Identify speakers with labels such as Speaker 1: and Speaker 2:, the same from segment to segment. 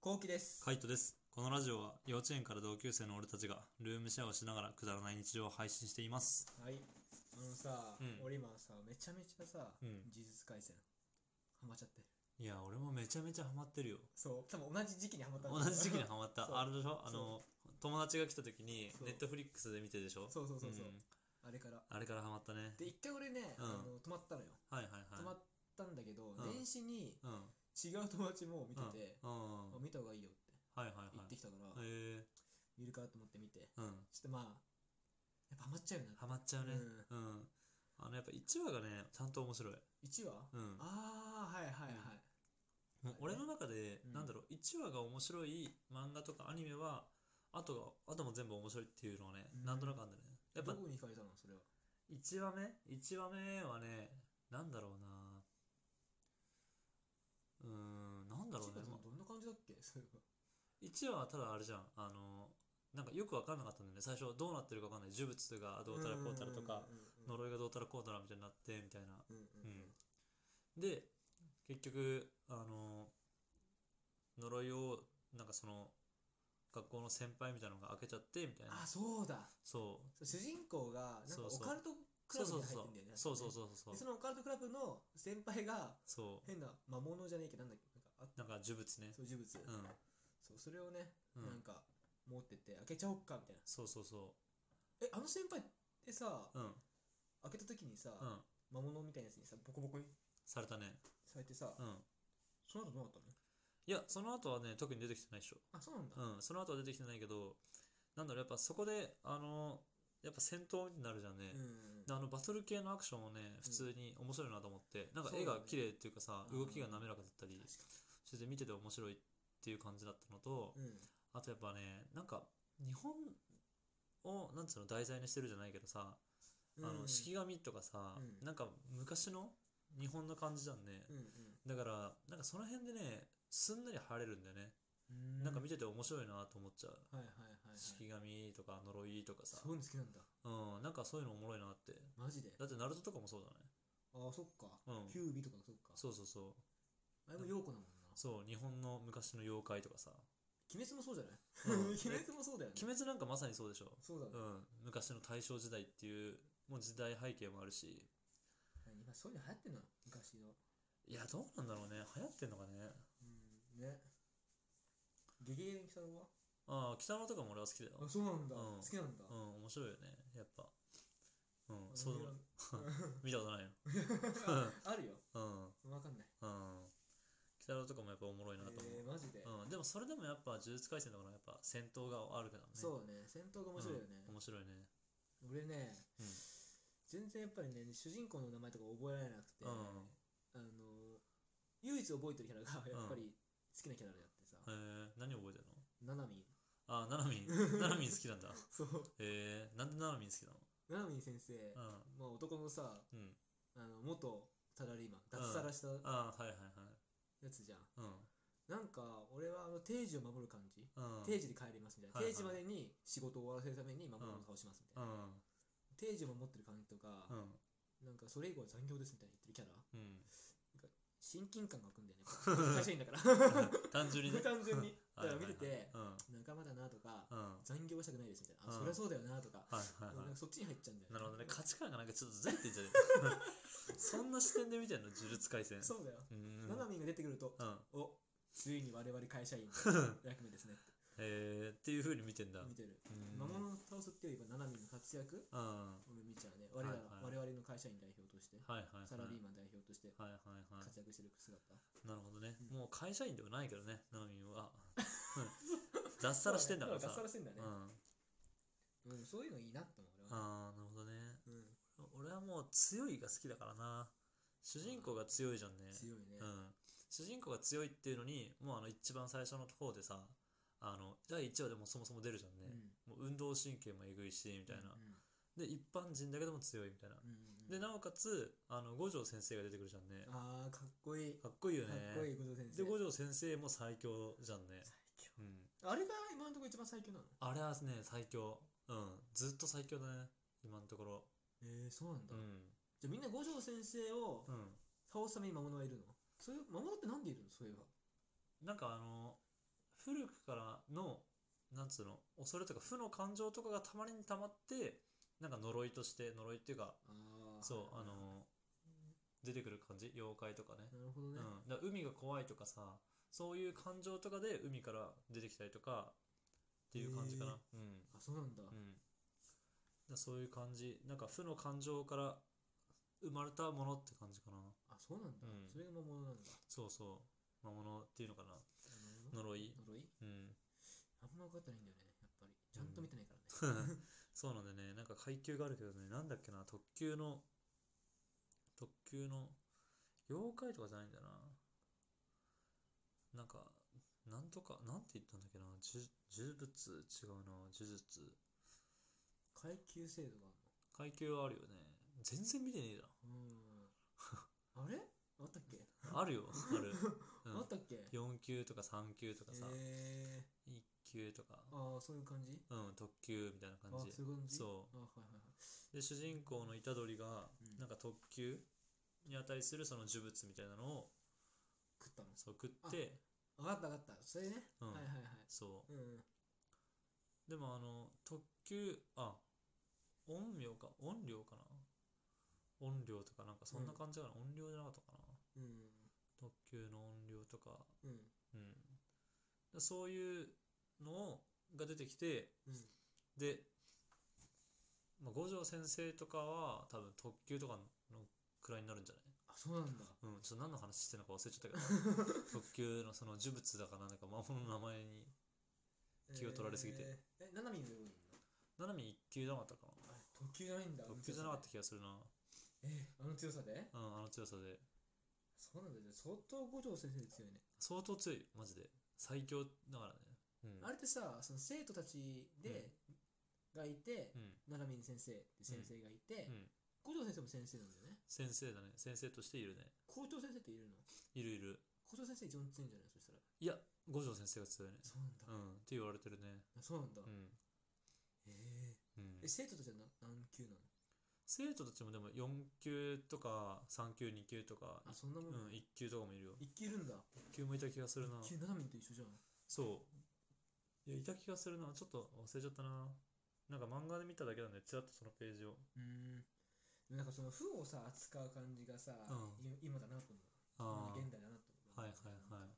Speaker 1: こうきです。
Speaker 2: カイトです。このラジオは幼稚園から同級生の俺たちがルームシェアをしながらくだらない日常を配信しています。
Speaker 1: はい。あのさ、
Speaker 2: うん
Speaker 1: 俺今さ、めちゃめちゃさ、
Speaker 2: うん
Speaker 1: 呪術廻戦、ハマっちゃってる。
Speaker 2: いや、俺もめちゃめちゃハマってるよ。
Speaker 1: そう、多分同じ時期にハマったん
Speaker 2: 同
Speaker 1: だよ
Speaker 2: じ時期にハマっ
Speaker 1: そう
Speaker 2: た。あれでしょあの、友達が来た時に
Speaker 1: そう
Speaker 2: ネットフリックスで見てでしょ
Speaker 1: そうそうそうそう、
Speaker 2: ん
Speaker 1: あれから。
Speaker 2: あれからハマったね。
Speaker 1: で、一回俺ね、
Speaker 2: うん
Speaker 1: あの止まったのよ。
Speaker 2: はいはい
Speaker 1: 止ま
Speaker 2: はい。
Speaker 1: ったんだけど、
Speaker 2: うん
Speaker 1: 年始に
Speaker 2: うん。
Speaker 1: 違う友達も見てて、
Speaker 2: うん。うん
Speaker 1: あ見た方がいいよって
Speaker 2: はいはいはい
Speaker 1: 言って。きたから、
Speaker 2: え
Speaker 1: 見るかと思って見て、
Speaker 2: ー、うん。
Speaker 1: ちょっとまあ、やっぱハマっちゃうよなって。
Speaker 2: ハマっちゃうね。
Speaker 1: う
Speaker 2: うん。あの、やっぱ1話がね、ちゃんと面白い。
Speaker 1: 1話、
Speaker 2: うん。
Speaker 1: ああ、はいはいはい。
Speaker 2: もう俺の中で、
Speaker 1: うん
Speaker 2: なんだろう1話が面白い漫画とかアニメはあとがあとも全部面白いっていうのはね、
Speaker 1: うん
Speaker 2: なんとなくあるんだよねやっぱ
Speaker 1: どこに惹かれたのそれは。
Speaker 2: 1話目1話目はねなんだろうなうーんなんだろうね
Speaker 1: 1話どんな感じだっけそれは。
Speaker 2: 1話はただあれじゃんあのなんかよく分かんなかったんだよね最初どうなってるか分かんない呪物がどうたらこうたらとか
Speaker 1: うんうん
Speaker 2: 呪いがどうたらこうたらみたいになってみたいな
Speaker 1: うんうんうんうん
Speaker 2: で結局あの呪いをなんかその学校の先輩みたいなのが開けちゃってみたいな
Speaker 1: あそうだ
Speaker 2: そう
Speaker 1: そう主人公がなんか
Speaker 2: そう
Speaker 1: オ
Speaker 2: そう
Speaker 1: カルトク
Speaker 2: そ
Speaker 1: ラ
Speaker 2: う
Speaker 1: ブ
Speaker 2: そ
Speaker 1: に
Speaker 2: う
Speaker 1: 入ってんだよね
Speaker 2: そうそうそう
Speaker 1: う
Speaker 2: そうそう
Speaker 1: でそのオカルトクラブの先輩が
Speaker 2: そう
Speaker 1: 変な魔物じゃねえけどなんだっけなんかあ
Speaker 2: なんか呪物ね
Speaker 1: そう呪物、
Speaker 2: うん
Speaker 1: そうそれをね、
Speaker 2: うん
Speaker 1: なんか持ってって開けちゃおっかみたいな
Speaker 2: そうそうそ
Speaker 1: えあの先輩ってさ、
Speaker 2: ううん
Speaker 1: 開けた時にさ、
Speaker 2: うん
Speaker 1: 魔物みたいなやつにさボコボコに
Speaker 2: されたね
Speaker 1: されてさ、
Speaker 2: うん
Speaker 1: その後どうなったの
Speaker 2: いやその後はね特に出てきてないでしょ
Speaker 1: あそうなんだ、
Speaker 2: うんその後は出てきてないけどなんだろうやっぱそこであのやっぱ戦闘になるじゃんね、
Speaker 1: うんうんうん
Speaker 2: であのバトル系のアクションをね普通に面白いなと思って、なんか絵が綺麗っていうかさ
Speaker 1: そうだね
Speaker 2: 動きが滑らかだったり
Speaker 1: 確か
Speaker 2: それで見てて面白いっていう感じだったのと、
Speaker 1: にうん
Speaker 2: あとやっぱねなんか日本をなんつうの題材にしてるじゃないけどさ、あ
Speaker 1: う
Speaker 2: の
Speaker 1: ん
Speaker 2: 式紙とかさ、
Speaker 1: うん
Speaker 2: なんか昔の日本の感じじゃんね、
Speaker 1: うん
Speaker 2: だからなんかその辺でねすんなり入れるんだよね、
Speaker 1: うん
Speaker 2: なんか見
Speaker 1: て
Speaker 2: てて面白いなと思っちゃう、
Speaker 1: はいはいはい、はい、
Speaker 2: 式紙とか呪いとかさ
Speaker 1: そういうの好きなんだ
Speaker 2: うんなんかそういうのおもろいなって
Speaker 1: マジで
Speaker 2: だってナルトとかもそうだね
Speaker 1: ああそっか、
Speaker 2: うん
Speaker 1: キュービーとかそっか
Speaker 2: そうそうそう
Speaker 1: あれも陽子だもんな
Speaker 2: そう日本の昔の妖怪とかさ、
Speaker 1: 鬼滅もそうじゃない、
Speaker 2: う ん
Speaker 1: 鬼
Speaker 2: で
Speaker 1: 滅もそうだよね
Speaker 2: 鬼滅なんかまさにそうでしょ、
Speaker 1: そうだ
Speaker 2: う
Speaker 1: ね、
Speaker 2: ん、昔の大正時代っていうもう時代背景もあるし
Speaker 1: 今そういうの流行ってんの昔の
Speaker 2: いやどうなんだろうね流行ってんのかね
Speaker 1: うんねゲゲゲの鬼太郎は
Speaker 2: ああ北野とかも俺は好きだよ
Speaker 1: あそうなんだ、
Speaker 2: う
Speaker 1: 好
Speaker 2: ん
Speaker 1: きなんだ、
Speaker 2: うん面白いよねやっぱう
Speaker 1: あ
Speaker 2: ん
Speaker 1: の
Speaker 2: そう見たことないよ
Speaker 1: あるよ
Speaker 2: うん
Speaker 1: わかんない
Speaker 2: うん北野とかもやっぱおもろいなと思
Speaker 1: えー、マジで、
Speaker 2: う、うん、でもそれでもやっぱ呪術廻戦だからやっぱ戦闘があるからね
Speaker 1: そうね戦闘が面白いよね、
Speaker 2: 面白いね
Speaker 1: 俺ね、
Speaker 2: うん
Speaker 1: 全然やっぱりね主人公の名前とか覚えられなくて、
Speaker 2: うん
Speaker 1: あの唯一覚えてるキャラがやっぱり好きなキャラであってさ、
Speaker 2: へえ何覚えてる
Speaker 1: ナ
Speaker 2: の
Speaker 1: ナミ
Speaker 2: ああななみ んななみん好きなんだ
Speaker 1: そう
Speaker 2: へえなんでななみん好きなの
Speaker 1: ナナミン先生、まあ、男のさ
Speaker 2: うんうん
Speaker 1: あの元サラリーマン脱サラしたや
Speaker 2: ああはいはいはい
Speaker 1: つじゃん、
Speaker 2: うん
Speaker 1: なんか俺はあの定時を守る感じ、
Speaker 2: うん
Speaker 1: 定時で帰りますみたいな、
Speaker 2: はいはい
Speaker 1: 定時までに仕事を終わらせるために魔物を倒しますみた
Speaker 2: う
Speaker 1: いな、
Speaker 2: ん
Speaker 1: 定時を守ってる感じとか、
Speaker 2: うん
Speaker 1: なんかそれ以降は残業ですみたいな言ってるキャラ
Speaker 2: うん
Speaker 1: 親近感が湧くん だよね会社員だ から
Speaker 2: 単純にね
Speaker 1: 単純にだから見て
Speaker 2: はいはい
Speaker 1: て
Speaker 2: はい
Speaker 1: 仲間だなとか
Speaker 2: うんうん
Speaker 1: 残業したくないですみたいなあ
Speaker 2: うん
Speaker 1: そりゃそうだよなとか
Speaker 2: はいはい
Speaker 1: な
Speaker 2: は
Speaker 1: んかそっちに入っちゃうんだよ
Speaker 2: い。なるほどね。価値観がなんかちょっとずれてんじゃねえ そんな視点で見てんの呪術廻戦。
Speaker 1: そうだよ
Speaker 2: うーん。
Speaker 1: ナナミンが出てくると
Speaker 2: うん。
Speaker 1: おついに我々会社 員役目ですねって
Speaker 2: えー、っていう風に見てんだ。
Speaker 1: 見てる
Speaker 2: うん
Speaker 1: 魔物を倒すっていうよりはナナミンの活躍
Speaker 2: うん。は
Speaker 1: 俺見ちゃうね我々
Speaker 2: はいはい
Speaker 1: 我々の会社員代表として
Speaker 2: いはいはい。
Speaker 1: サラリーマン代表として
Speaker 2: はいはいは
Speaker 1: 活躍してる姿
Speaker 2: い。なるほどね。
Speaker 1: うん
Speaker 2: もう会社員ではないけどね、ナナミンは。うん脱サラしてんだから
Speaker 1: 脱
Speaker 2: さ
Speaker 1: サ。ラしてんだね
Speaker 2: うん。あ
Speaker 1: うんそういうのいいなって思う俺は
Speaker 2: あー、なるほどね。
Speaker 1: うん
Speaker 2: 俺はもう強いが好きだからな。主人公が強いじゃんね。
Speaker 1: 強いね
Speaker 2: うん、主人公が強いっていうのにもうあの一番最初の方でさあの第1話でもそもそも出るじゃんね、もう運動神経もえぐいしみたいな、で一般人だけでも強いみたいな、でな
Speaker 1: お
Speaker 2: おかつあの五条先生が出てくるじゃんね
Speaker 1: あーかっこいい
Speaker 2: かっこいいよね
Speaker 1: かっこいい五条先生
Speaker 2: で五条先生も最強じゃんね、
Speaker 1: 最強
Speaker 2: うん、
Speaker 1: あれが今のところ一番最強なの
Speaker 2: あれはね最強うんずっと最強だね今のところ
Speaker 1: えー、そうなんだ、
Speaker 2: うん
Speaker 1: じゃあみんな五条先生を
Speaker 2: うん
Speaker 1: 倒すために魔物はいるのそういう魔物ってなんでいるのそういえば
Speaker 2: なんかあの古くからの、なんつうの、恐れとか負の感情とかがたまりにたまって、なんか呪いとして、呪いっていうか、
Speaker 1: あー
Speaker 2: そう、あの、出てくる感じ妖怪とかね。
Speaker 1: なるほど
Speaker 2: うん。
Speaker 1: ね、
Speaker 2: だから海が怖いとかさ、そういう感情とかで海から出てきたりとか、っていう感じかな。うん。
Speaker 1: あそうなんだ、
Speaker 2: うん、だそういう感じなんか負の感情から生まれたものって感じかな
Speaker 1: あそうなんだ、
Speaker 2: うん
Speaker 1: それが魔物なんだ
Speaker 2: そうそう魔物っていうのかな
Speaker 1: なるほど
Speaker 2: 呪い
Speaker 1: 呪い
Speaker 2: うん
Speaker 1: あんま分かってないんだよねやっぱりちゃんと見てないからね、
Speaker 2: そうなんだよねなんか階級があるけどねなんだっけな特急の特急の妖怪とかじゃないんだよななんかなんとかなんて言ったんだっけな呪呪術違うな呪術
Speaker 1: 階級制度が
Speaker 2: 階級はあるよね全然見てねえじ
Speaker 1: あるのうんあれあったっけ、
Speaker 2: ゃんあるよ ある、うん
Speaker 1: あったっけ
Speaker 2: 4級とか3級とかさ、
Speaker 1: え
Speaker 2: 1級とか、
Speaker 1: ー、ああそういう感じ
Speaker 2: うん、特級みたいな
Speaker 1: あ
Speaker 2: 感じ
Speaker 1: そういう感じ
Speaker 2: そ
Speaker 1: あはいはいはい、
Speaker 2: で主人公の虎杖が
Speaker 1: うん
Speaker 2: なんか特級に値するその呪物みたいなのを
Speaker 1: 食ったの
Speaker 2: そう食って
Speaker 1: 分かった分かったそれね、
Speaker 2: うん
Speaker 1: はいはいはい
Speaker 2: そ
Speaker 1: うん
Speaker 2: うでもあの特級あ音量か音量かな音量とかなんかそんな感じかな、音量じゃなかったかな
Speaker 1: うん
Speaker 2: 特級の音量とか
Speaker 1: うん
Speaker 2: うんでそういうのをが出てきて
Speaker 1: うん
Speaker 2: で、まあ、五条先生とかは多分特級とかのくらいになるんじゃ
Speaker 1: あそうなんだ
Speaker 2: ないうん、ちょっと何の話してるのか忘れちゃ ったけど、特級のその呪物だかなんだか魔物の名前に、 気が取られすぎて
Speaker 1: えー、え七海の部分な
Speaker 2: ななみ一級じゃなかったかな
Speaker 1: のあ特急じゃないんだ
Speaker 2: 特級じゃなかった
Speaker 1: っ
Speaker 2: 気がするな。
Speaker 1: けえー、あの強さで
Speaker 2: うん、あの強さで。
Speaker 1: そうなんだよね相当五条先生強いね、
Speaker 2: 相当強い、マジで。最強だからね。うん。
Speaker 1: あれってさその生徒たちで、がいて
Speaker 2: うん。
Speaker 1: 七海先生って先生がいて、
Speaker 2: うん。
Speaker 1: 五条先生も先生なんだよね
Speaker 2: 先生だね。先生としているね。
Speaker 1: 校長先生っているの
Speaker 2: いるいる。
Speaker 1: 校長先生一番強いんじゃないそしたら
Speaker 2: いや、五条先生が強いね。
Speaker 1: そうなんだ
Speaker 2: う、ん。って言われてるね。
Speaker 1: あそうなんだ、
Speaker 2: うん。
Speaker 1: え
Speaker 2: うん
Speaker 1: ー、え、生徒たちはな何級なの
Speaker 2: 生徒たちもでも4級とか3級2級とか、
Speaker 1: あそんな
Speaker 2: う
Speaker 1: もん、
Speaker 2: ん、1級とかもいるよ
Speaker 1: 一級いるんだ
Speaker 2: 1級もいた気がするな
Speaker 1: 一級七海と一緒じゃん
Speaker 2: そういやいた気がするなちょっと忘れちゃったななんか漫画で見ただけなんでちらっとそのページを
Speaker 1: うんでもなんかその負をさ扱う感じがさ、
Speaker 2: う
Speaker 1: い今だなと思う
Speaker 2: ああ
Speaker 1: 今現代だなと思う
Speaker 2: はいはいはい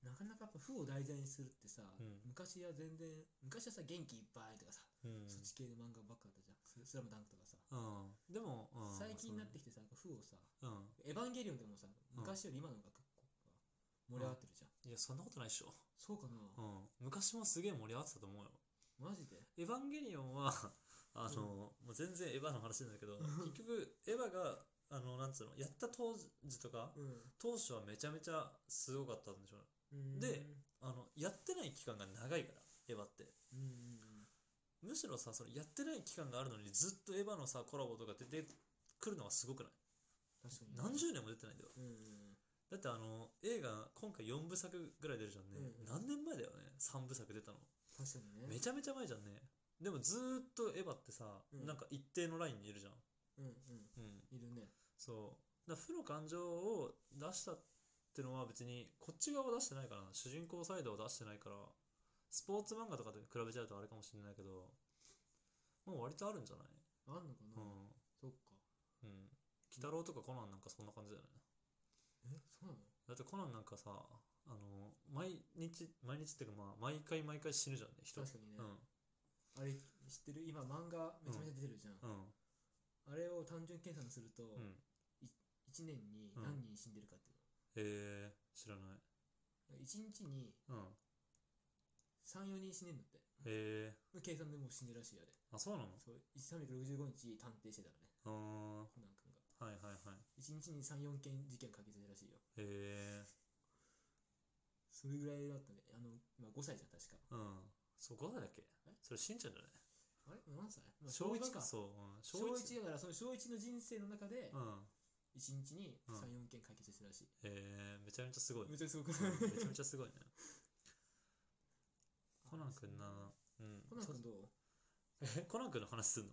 Speaker 1: なかなかやっぱ負を題材にするってさ、
Speaker 2: うん
Speaker 1: 昔は全然昔はさ元気いっぱいとかさ、
Speaker 2: うん、
Speaker 1: そっち系の漫画ばっかだったじゃんススラムダンクとかさ、
Speaker 2: うん、でも、うん、
Speaker 1: 最近になってき
Speaker 2: き
Speaker 1: てさなんか負をさ
Speaker 2: うん
Speaker 1: エヴァンゲリオンでもさ昔より今の方が結構盛り上がってるじゃん、
Speaker 2: いやそんなことないっしょ、
Speaker 1: そうかな、
Speaker 2: うん、昔もすげえ盛り上がってたと思うよ
Speaker 1: マジで
Speaker 2: エヴァンゲリオンは あの、もう全然エヴァの話なんだけど結局エヴァがあのなんつうのやった当時とか、
Speaker 1: う
Speaker 2: 当初はめちゃめちゃすごかったんでしょうね
Speaker 1: ん
Speaker 2: であのやってない期間が長いからエヴァって
Speaker 1: うんうん
Speaker 2: むしろさそのやってない期間があるのにずっとエヴァのさコラボとか出てくるのはすごくない
Speaker 1: 確かに
Speaker 2: 何十年も出てないんだよ
Speaker 1: うんうん
Speaker 2: だってあの映画今回4部作ぐらい出るじゃんね、
Speaker 1: うん
Speaker 2: 何年前だよね3部作出たの
Speaker 1: 確かにね
Speaker 2: めちゃめちゃ前じゃんねでもずーっとエヴァってさ、
Speaker 1: うん
Speaker 2: なんか一定のラインにいるじゃん
Speaker 1: うんうん
Speaker 2: うん
Speaker 1: いるね
Speaker 2: そうだから負の感情を出したってのは別にこっち側は出してないから主人公サイドは出してないからスポーツ漫画とかで比べちゃうとあれかもしれないけどもう割とあるんじゃない
Speaker 1: あんのか
Speaker 2: う
Speaker 1: な、
Speaker 2: ん
Speaker 1: そっか
Speaker 2: うん鬼太郎とかコナンなんかそんな感じだよね
Speaker 1: えそうなの
Speaker 2: だってコナンなんかさあの毎日毎日っていうかまあ毎回毎回死ぬじゃんね人
Speaker 1: 確かにね、
Speaker 2: うん
Speaker 1: あれ知ってる今漫画めちゃめちゃ出てるじゃん、
Speaker 2: うん
Speaker 1: あれを単純計算すると、
Speaker 2: うん
Speaker 1: 一1年に何人死んでるかっていう
Speaker 2: えー、知らない
Speaker 1: の、一1日に
Speaker 2: うん
Speaker 1: 34人死ねんだって
Speaker 2: え
Speaker 1: 計算でもう死んでるらしいよあれ
Speaker 2: ー、あそうなの
Speaker 1: そう365日探偵してたらね
Speaker 2: うーんは
Speaker 1: コナン君が
Speaker 2: いはいはい
Speaker 1: 1日に34件事件解決してるらしいよ
Speaker 2: え
Speaker 1: それぐらいだったねあの、まあ、5歳じゃん確か
Speaker 2: ー、うんそう5歳だっけ
Speaker 1: え
Speaker 2: それしんちゃんじゃない
Speaker 1: あれ何歳、まあ、小1か
Speaker 2: そう、うん、
Speaker 1: 小1だからその小1の人生の中で
Speaker 2: うん
Speaker 1: 1日に
Speaker 2: うん
Speaker 1: 34件解決してるらしい、
Speaker 2: えー、めちゃめちゃすごい、うん
Speaker 1: めちゃすごくない
Speaker 2: めちゃめちゃすごいね コナンくんなうん
Speaker 1: コナン君どう
Speaker 2: えコナン君の話すん の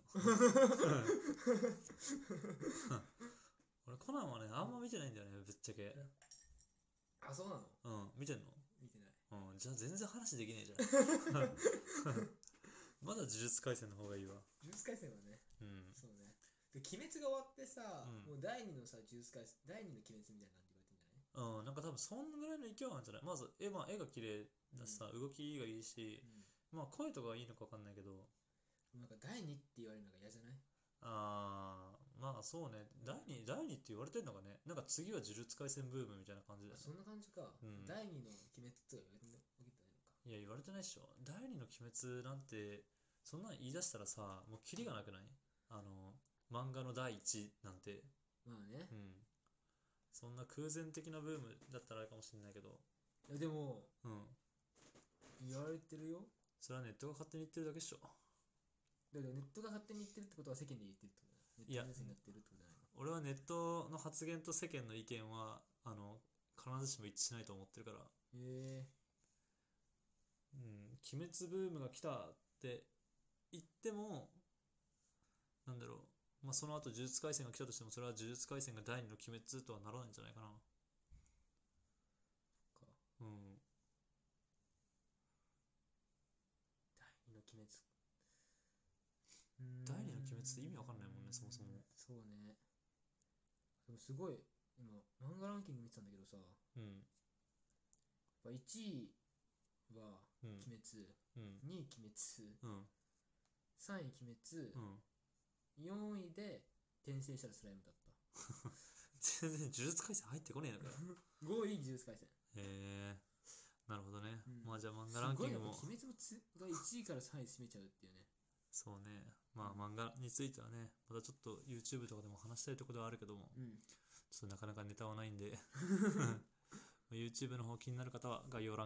Speaker 2: 俺コナンはねあんま見てないんだよねぶっちゃけ
Speaker 1: あそうなの
Speaker 2: うん見てんの
Speaker 1: 見てない
Speaker 2: うんじゃあ全然話できねえじ ゃんまだ呪術廻戦の方がいいわ
Speaker 1: 呪術廻戦はね、
Speaker 2: うん
Speaker 1: そうね。で、鬼滅が終わってさ、
Speaker 2: うん
Speaker 1: もう第二のさ、呪術廻戦、第二の鬼滅みたいな感じで言われてんじゃない
Speaker 2: うん、なんか多分そんぐらいの勢いなんじゃないまず絵,、まあ、絵が綺麗だしさ、動きがいいし、まあ声とかいいのか分かんないけど
Speaker 1: うん、なんか第二って言われるのが嫌じゃない
Speaker 2: あーまあそうね第2第2って言われてんのかねなんか次は呪術廻戦ブームみたいな感じだよ
Speaker 1: あ
Speaker 2: ね
Speaker 1: そんな感じか。
Speaker 2: うん
Speaker 1: 第二の鬼滅とか言われてんのわけじゃないのか。
Speaker 2: いや言われてないっしょ第2の鬼滅なんてそんなん言い出したらさもうキリがなくないあの漫画の第一なんて
Speaker 1: まあね
Speaker 2: う。んそんな空前的なブームだったらあれかもしれないけど
Speaker 1: いやでも、
Speaker 2: うん
Speaker 1: 言われてるよ。
Speaker 2: それはネットが勝手に言ってるだけっしょ
Speaker 1: だからネットが勝手に言ってるってことは世間で言ってるってことだ
Speaker 2: いや
Speaker 1: よネットニュースになってるってことじゃないの
Speaker 2: 俺はネットの発言と世間の意見はあの必ずしも一致しないと思ってるから
Speaker 1: へえ
Speaker 2: うん、鬼滅ブームが来たって言っても、なんだろう、まあ、その後呪術廻戦が来たとしても、それは呪術廻戦が第二の鬼滅とはならないんじゃないかな。
Speaker 1: か
Speaker 2: うん。
Speaker 1: 第二の鬼滅うーん
Speaker 2: 第二の鬼滅って意味わかんないもんねそもそも
Speaker 1: そうねでもすごい今漫画ランキング見てたんだけどさやっ
Speaker 2: うん。
Speaker 1: ぱ1位は
Speaker 2: うん。
Speaker 1: 鬼滅、
Speaker 2: うん。
Speaker 1: 2位鬼滅
Speaker 2: うん。
Speaker 1: 3位鬼滅
Speaker 2: う、ん。
Speaker 1: 4位で転生したらスライムだった
Speaker 2: 全然呪術廻戦入ってこねえ のかよ。
Speaker 1: 5位呪術廻戦
Speaker 2: へえなるほどね。
Speaker 1: うん
Speaker 2: まあじゃあ漫画ランキングも
Speaker 1: す、ごいやっぱ鬼滅もつが1位から3位占めちゃうっていうね
Speaker 2: そうね。まあ漫画についてはね、またちょっと YouTube とかでも話したいところではあるけども、
Speaker 1: うん
Speaker 2: ちょっとなかなかネタはないんで、YouTube の方気になる方は概要欄